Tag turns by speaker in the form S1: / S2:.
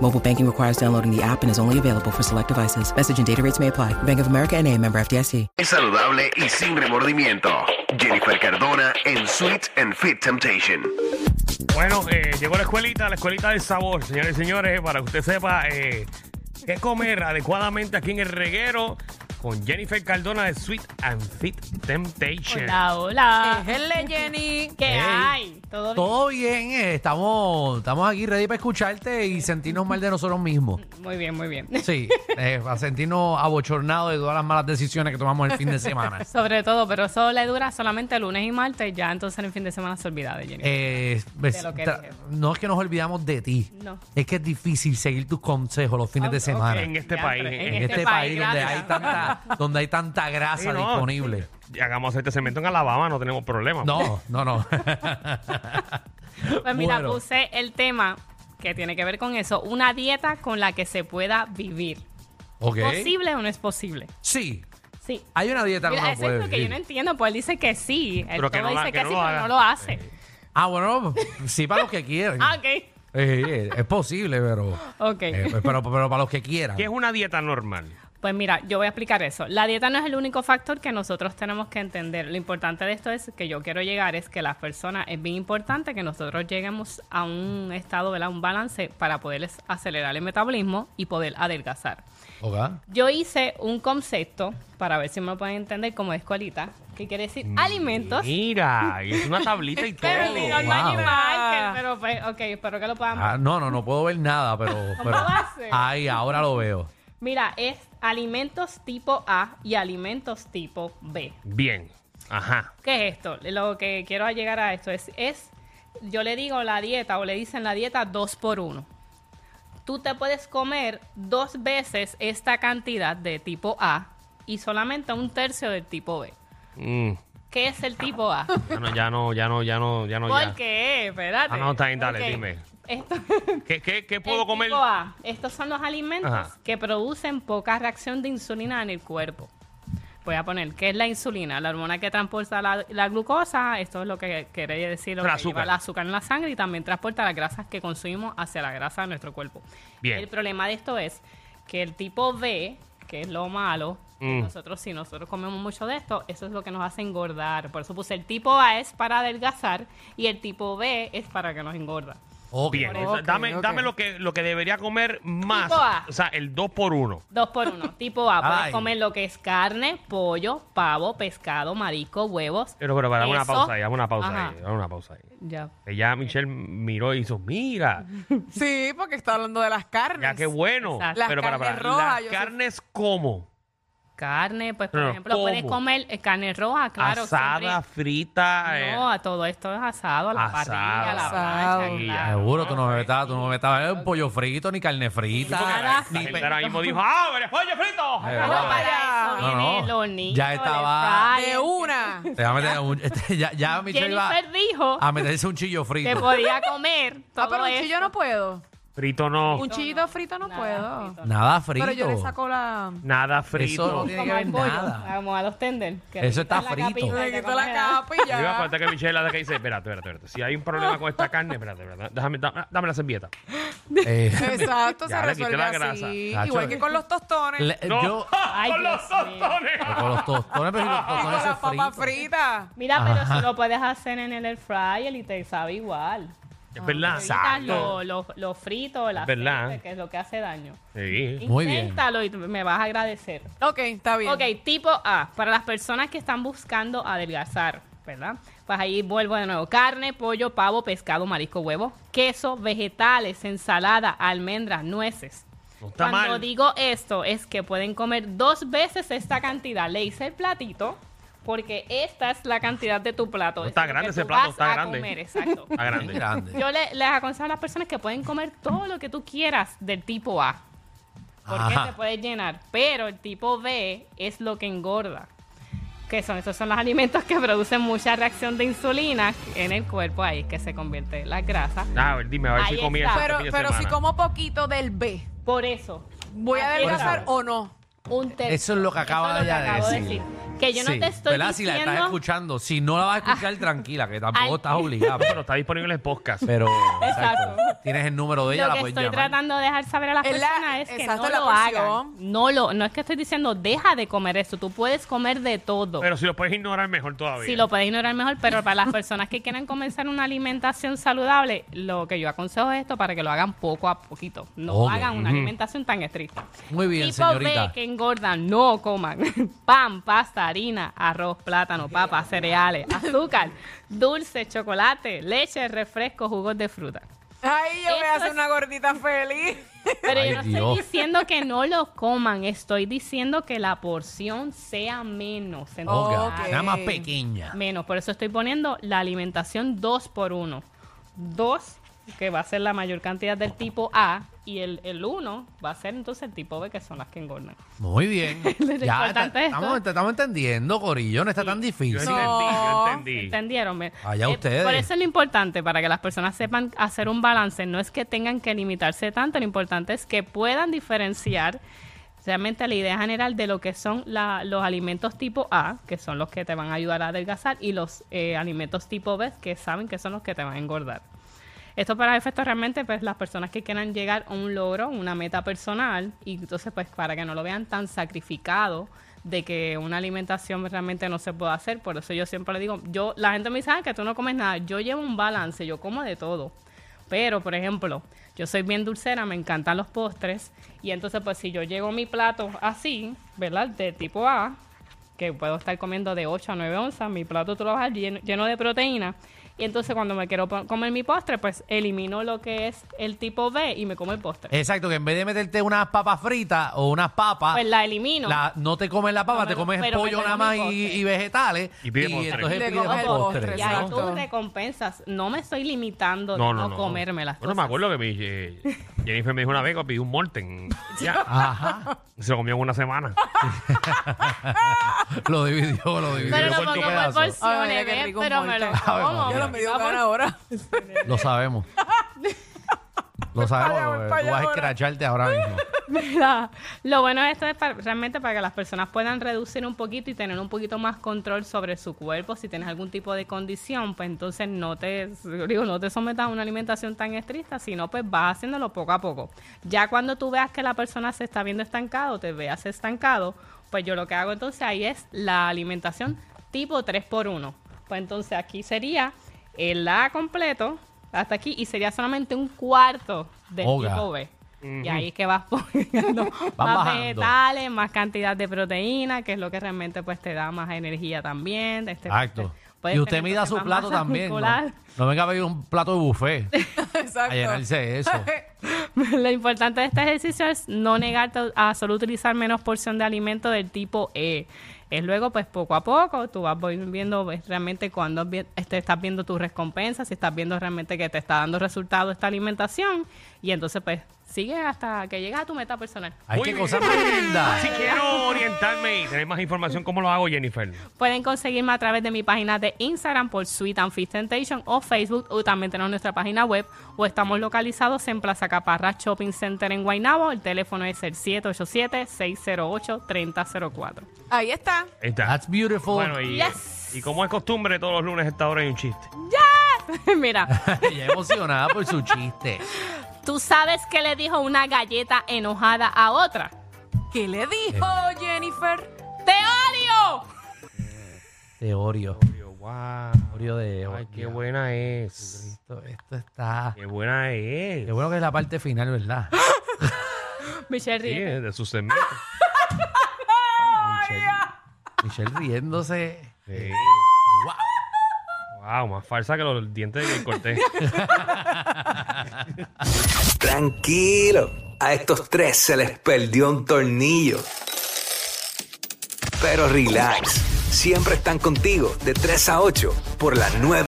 S1: Mobile banking requires downloading the app and is only available for select devices. Message and data rates may apply. Bank of America and a member FDIC.
S2: Es saludable y sin remordimiento. Jennifer Cardona en Sweet and Fit Temptation.
S3: Bueno, eh, llegó la escuelita, la escuelita del sabor, señores y señores, para que usted sepa eh, qué comer adecuadamente aquí en el reguero con Jennifer Cardona de Sweet and Fit Temptation.
S4: Hola, hola.
S5: Hello, Jenny.
S4: ¿Qué
S6: Hey.
S4: hay? ¿Todo bien?
S6: Todo bien, eh, estamos, estamos aquí ready para escucharte y sentirnos mal de nosotros mismos.
S4: Muy bien, muy bien.
S6: Sí, eh, para sentirnos abochornados de todas las malas decisiones que tomamos el fin de semana.
S4: Sobre todo, pero eso le dura solamente lunes y martes, ya entonces en el fin de semana se olvida de Jenny.
S6: Eh, ves,
S4: lo que
S6: tra-
S4: eres.
S6: no es que nos olvidamos de ti,
S4: No. Ah,
S6: es que es difícil seguir tus consejos los fines de semana.
S3: En este
S4: Ya,
S3: país,
S4: hombre,
S3: en
S6: En este país donde
S4: gracias.
S6: hay tanta, donde hay tanta grasa
S3: Sí, no.
S6: disponible.
S3: Y hagamos este cemento en Alabama, no tenemos problema.
S6: No, no, no.
S4: Pues mira,
S6: muero.
S4: puse el tema que tiene que ver con eso, una dieta con la que se pueda vivir.
S6: ok.
S4: ¿Posible o no es posible?
S6: Sí,
S4: Sí.
S6: hay una dieta que
S4: Mira,
S6: uno
S4: eso
S6: puede
S4: es lo que yo
S6: vivir.
S4: no entiendo, pues él dice que sí. Él
S3: Pero que
S4: todo
S3: no la-
S4: dice
S3: que
S4: que,
S3: no
S4: sí,
S3: lo
S4: pero
S3: haga.
S4: no lo hace.
S6: Ah, bueno, sí para los que quieren.
S4: Ah, ok.
S6: Eh, es posible, pero.
S4: Ok.
S6: eh, pero, pero para los que quieran.
S3: ¿Qué es una dieta normal?
S4: Pues mira, yo voy a explicar eso. La dieta no es el único factor que nosotros tenemos que entender. Lo importante de esto es que yo quiero llegar es que las personas, es bien importante que nosotros lleguemos a un estado, ¿verdad? Un balance para poder es- acelerar el metabolismo y poder adelgazar.
S6: Ok.
S4: Yo hice un concepto, para ver si me lo pueden entender, como de escuelita, que quiere decir
S6: Mm.
S4: alimentos.
S3: Mira, y es una tablita y todo.
S4: Pero digo, no
S6: Wow.
S4: animal, que- pero pues, ok, espero que lo puedan
S6: Ah, no, no, no puedo ver nada, pero.
S4: ¿Cómo
S6: pero-
S4: va a ser?
S6: Ay, ahora lo veo.
S4: Mira, es alimentos tipo A y alimentos tipo B.
S3: Bien, ajá.
S4: ¿Qué es esto? Lo que quiero llegar a esto es, es yo le digo la dieta o le dicen la dieta dos por uno. Tú te puedes comer dos veces esta cantidad de tipo A y solamente un tercio del tipo B.
S3: Mm,
S4: ¿Qué es el tipo A?
S3: Ya no, ya no, ya no, ya no, ya no. ya.
S4: Porque, espérate.
S3: Ah, no, está bien, dale,
S4: Ok.
S3: dime.
S4: Esto-
S3: ¿Qué, qué, qué
S4: el
S3: puedo comer?
S4: Tipo A, estos son los alimentos
S3: Ajá.
S4: que producen poca reacción de insulina en el cuerpo. Voy a poner, ¿qué es la insulina? La hormona que transporta la, la glucosa, esto es lo que quiere decir lo
S3: El
S4: que
S3: azúcar.
S4: lleva el azúcar en la sangre y también transporta las grasas que consumimos hacia la grasa de nuestro cuerpo.
S3: Bien.
S4: El problema de esto es que el tipo B, que es lo malo, que
S3: Mm.
S4: nosotros si nosotros comemos mucho de esto, eso es lo que nos hace engordar. Por eso puse el tipo A es para adelgazar y el tipo B es para que nos engorda.
S6: Ok.
S3: Bien,
S5: Ok,
S3: dame,
S5: ok.
S3: dame lo que lo que debería comer más,
S4: Tipo A.
S3: o sea, el 2 por 1
S4: Dos por uno. Tipo A,
S6: Ay.
S4: puedes comer lo que es carne, pollo, pavo, pescado, marisco, huevos.
S3: Pero, pero, pero, dame una
S4: queso.
S3: pausa ahí, dame una pausa
S4: Ajá.
S3: ahí, dame una pausa ahí.
S4: Ya.
S3: Que ya Michelle miró y hizo, mira,
S5: Sí, porque está hablando de las carnes.
S3: ya qué bueno.
S4: Exacto.
S5: Las
S3: Pero para, para,
S5: carnes rojas,
S3: las
S5: yo sé-
S3: carnes como
S4: Carne, pues, por
S3: Pero,
S4: ejemplo, puedes
S3: ¿cómo?
S4: comer eh, carne roja, claro.
S3: asada,
S4: siempre-
S3: frita, eh,
S4: No, a todo esto es asado, a la parrilla, a la
S5: Asado.
S4: plancha,
S3: Sí,
S4: claro.
S6: Seguro, tú no me estabas, tú no me estabas en pollo frito ni carne frita.
S3: porque la- la gente ahora mismo dijo, ah, pero es pollo frito.
S6: Eh,
S4: No,
S6: vamos.
S4: para eso
S6: No,
S4: viene
S6: no.
S4: el hornito,
S6: Ya
S4: el
S6: estaba-
S4: fryer.
S5: De una.
S6: Te va a meter un- este, ya, ya Michelle iba
S4: Jennifer dijo
S6: a meterse un chillo
S4: que
S6: frito.
S4: podía comer
S5: Ah,
S4: todo
S5: pero un
S4: esto.
S5: chillo no puedo.
S3: Frito no,
S5: Un chillito frito no
S4: Nada,
S5: puedo.
S4: frito.
S6: Nada frito.
S5: Pero yo le saco la.
S3: nada
S6: Eso no
S3: frito.
S6: tiene que
S4: Como
S6: ver
S4: al pollo, Ah.
S6: nada.
S4: como a los tender. que
S6: Eso
S4: le
S6: está
S4: quitan la
S6: frito.
S4: capita y
S5: Le
S4: te
S5: quito la
S4: comes
S5: capa y
S3: Yo iba a
S5: ya.
S3: contar que Michelle la de que dice, espérate, espérate, espérate. Si hay un problema con esta carne, espérate, espérate, déjame, dame, dame la servilleta.
S6: Eh,
S5: Exacto,
S3: Ya,
S5: se
S3: le quité
S5: resuelve
S3: la grasa.
S5: así.
S6: Cacho,
S5: Igual que con los tostones.
S6: le-
S3: No,
S6: Yo.
S4: Ay,
S3: con los
S4: Dios mío. Ah,
S3: tostones.
S6: Con los tostones, pero si los
S5: Y con
S6: tostones
S5: las
S6: es
S5: papas
S6: frito.
S5: fritas.
S4: Mira, pero si lo puedes hacer en el air fryer y te sabe igual.
S3: Es verdad.
S4: Evitas lo, lo- lo frito, la
S3: verdad.
S4: aceite, que es lo que hace daño.
S3: Sí.
S6: Muy bien.
S4: Inténtalo y me vas a agradecer.
S5: Ok, está bien.
S4: Ok, tipo A, para las personas que están buscando adelgazar, ¿verdad? Pues ahí vuelvo de nuevo. Carne, pollo, pavo, pescado, marisco, huevo, queso, vegetales, ensalada, almendras, nueces.
S3: No está
S4: Cuando
S3: mal.
S4: digo esto es que pueden comer dos veces esta cantidad. Le hice el platito porque esta es la cantidad de tu plato.
S3: No está
S4: Es lo que
S3: grande
S4: tú
S3: ese plato,
S4: vas
S3: está
S4: a
S3: grande.
S4: comer, exacto.
S3: Está
S6: Es
S3: grande.
S6: grande.
S4: Yo le- les aconsejo a las personas que pueden comer todo lo que tú quieras del tipo A. Porque
S6: Ajá.
S4: te puedes llenar. Pero el tipo B es lo que engorda. Que son esos son los alimentos que producen mucha reacción de insulina en el cuerpo ahí que se convierte en la grasa.
S3: A ver, dime, a ver
S4: Ahí
S3: si comí
S4: está.
S3: eso
S4: Pero-
S5: pero
S3: este fin de
S5: pero si
S3: semana.
S5: como poquito del B,
S4: Por eso,
S5: ¿voy a
S4: Aquí está.
S5: adelgazar o no?
S4: un tercio.
S6: Eso es lo que acaba
S4: Eso es lo
S6: ella de
S4: acabo
S6: decir.
S4: Que yo no
S6: Sí,
S4: te estoy
S6: ¿verdad? Si
S4: diciendo. Ah.
S6: la estás escuchando, si no la vas a escuchar, tranquila, que tampoco
S4: Ay.
S6: estás obligada.
S3: Bueno,
S6: Pero,
S3: está disponible en podcast.
S6: pero,
S4: Exacto.
S6: tienes el número de ella,
S4: lo
S6: la
S4: que
S6: puedes
S4: estoy
S6: llamar.
S4: tratando de dejar saber a las
S5: Es la-
S4: personas es que
S5: exacto,
S4: no
S5: la
S4: lo
S5: porción.
S4: hagan. No, lo, no es que estoy diciendo deja de comer eso. Tú puedes comer de todo.
S3: Pero si lo puedes ignorar, mejor todavía.
S4: Si lo puedes ignorar mejor, pero para las personas que quieran comenzar una alimentación saludable, lo que yo aconsejo es esto para que lo hagan poco a poquito. No
S6: Ok.
S4: hagan una alimentación tan estricta.
S6: Muy bien,
S4: tipo
S6: señorita.
S4: B, que engordan, no coman pan, pasta, harina, arroz, plátano, papas, cereales, azúcar, dulce, chocolate, leche, refresco, jugos de fruta.
S5: Ay, yo voy
S4: Esto
S5: a hacer
S4: es-
S5: una gordita feliz.
S4: Pero
S6: Ay,
S4: yo no
S6: Dios.
S4: estoy diciendo que no lo coman, estoy diciendo que la porción sea menos. ¿entiendes?
S6: Oh, God,
S5: Ok.
S6: Nada más pequeña.
S4: menos. Por eso estoy poniendo la alimentación 2 por 1. 2, que va a ser la mayor cantidad del tipo A, y el 1 va a ser entonces el tipo B, que son las que engordan.
S6: Muy bien. ya
S4: importante
S6: está-
S4: es esto.
S6: estamos, estamos entendiendo, Corillo. No está tan
S3: Yo
S6: difícil.
S3: entendí,
S5: No.
S3: yo entendí.
S4: ¿Entendieron? Me-
S6: Allá ustedes.
S4: Por eso es lo importante, para que las personas sepan hacer un balance. No es que tengan que limitarse tanto, lo importante es que puedan diferenciar realmente la idea general de lo que son la- los alimentos tipo A, que son los que te van a ayudar a adelgazar, y los eh, alimentos tipo B, que saben que son los que te van a engordar. Esto para efectos realmente, pues las personas que quieran llegar a un logro, una meta personal, y entonces pues para que no lo vean tan sacrificado de que una alimentación realmente no se puede hacer, por eso yo siempre le digo, yo, la gente me dice, ah, que tú no comes nada, yo llevo un balance, yo como de todo. Pero, por ejemplo, yo soy bien dulcera, me encantan los postres, y entonces pues si yo llego a mi plato así, ¿verdad? De tipo A, que puedo estar comiendo de 8 a 9 onzas, mi plato tú lo vas a lleno, lleno de proteína. Y entonces cuando me quiero po- comer mi postre, pues elimino lo que es el tipo B y me como el postre.
S6: Exacto, que en vez de meterte unas papas fritas o unas papas,
S4: Pues la elimino.
S6: la- no te comes la papa,
S4: No me
S6: te
S4: lo-
S6: comes
S4: pero me
S6: pollo
S4: como
S6: nada
S4: mi
S6: más y,
S4: postre.
S6: y vegetales.
S3: Y pide postre.
S6: entonces
S5: Le
S6: pide
S5: comes
S6: los
S5: el
S6: postres.
S5: postre,
S4: y ahí
S5: exacto.
S4: tú recompensas. No me estoy limitando de no, comerme las
S3: Bueno,
S4: cosas.
S3: me acuerdo que mi, eh, Jennifer me dijo una vez que pidió un Morten. Ya.
S6: Ajá.
S3: Se lo comió en una semana.
S6: Lo dividió, lo dividió.
S4: pero lo
S3: por tu
S4: pongo por
S3: pedazo.
S4: porciones,
S5: Ay, mira qué
S4: ¿ves?
S5: rico un
S4: pero me lo
S5: molde.
S6: Ave
S4: como.
S6: María.
S5: Yo lo me dio gana ahora.
S6: Lo sabemos. Lo sabemos.
S5: allá, voy
S6: eh,
S5: para
S6: Tú
S5: allá
S6: vas a
S5: ahora.
S6: escracharte ahora mismo.
S4: Mira, lo bueno de esto es para- realmente para que las personas puedan reducir un poquito y tener un poquito más control sobre su cuerpo. Si tienes algún tipo de condición, pues entonces no te, digo, no te sometas a una alimentación tan estricta, sino pues vas haciéndolo poco a poco. Ya cuando tú veas que la persona se está viendo estancado, te veas estancado, pues yo lo que hago entonces ahí es la alimentación tipo 3x1. Pues entonces aquí sería el A completo hasta aquí y sería solamente un cuarto del
S6: Oga.
S4: tipo B. pues. Y ahí es que vas poniendo más
S6: bajando.
S4: vegetales, más cantidad de proteína, que es lo que realmente pues te da más energía también. Este,
S6: Exacto.
S4: puedes
S6: Y usted
S4: tener
S6: mida
S4: entonces
S6: su
S4: más
S6: plato
S4: masa
S6: también. ¿no?
S4: muscular.
S6: No venga a pedir un plato de buffet
S5: Exacto.
S6: a llenarse eso.
S4: Lo importante de este ejercicio es no negarte a solo utilizar menos porción de alimento del tipo E. Es luego, pues poco a poco, tú vas voy- viendo pues, realmente cuando vi- este, estás viendo tus recompensas, si estás viendo realmente que te está dando resultado esta alimentación, y entonces pues sigue hasta que llegas a tu meta personal.
S6: Hay
S3: Muy
S6: que
S3: bien.
S6: cosas más lindas.
S3: Si quiero orientarme y tener más información, ¿cómo lo hago, Jennifer?
S4: Pueden conseguirme a través de mi página de Instagram por Sweet and Fit Temptation o Facebook o también tenemos nuestra página web o estamos localizados en Plaza Caparra Shopping Center en Guaynabo. El teléfono es el 787-608-3004.
S5: Ahí está.
S3: Ahí está.
S6: That's beautiful.
S3: Bueno, y,
S4: Yes.
S3: y como es costumbre, todos los lunes a esta hora hay un chiste.
S4: Mira,
S6: Ella emocionada por su chiste.
S4: ¿tú sabes qué le dijo una galleta enojada a otra?
S5: ¿Qué le
S3: Este,
S5: dijo Jennifer?
S4: ¡Te odio!
S6: Te odio.
S3: Wow.
S6: Murió de
S3: Ay, qué
S6: Dios,
S3: buena es.
S6: Esto, esto está.
S3: Qué buena
S6: Qué
S3: es.
S6: bueno que es la parte final, ¿verdad?
S4: Michelle
S3: Sí,
S4: ríe.
S3: es de sus segmentos.
S6: Michelle, Michelle riéndose.
S3: Sí.
S6: ¡Wow!
S3: Wow, más falsa que los dientes que corté.
S7: Tranquilo, a estos tres se les perdió un tornillo. Pero relax, siempre están contigo de 3 a 8 por la 9.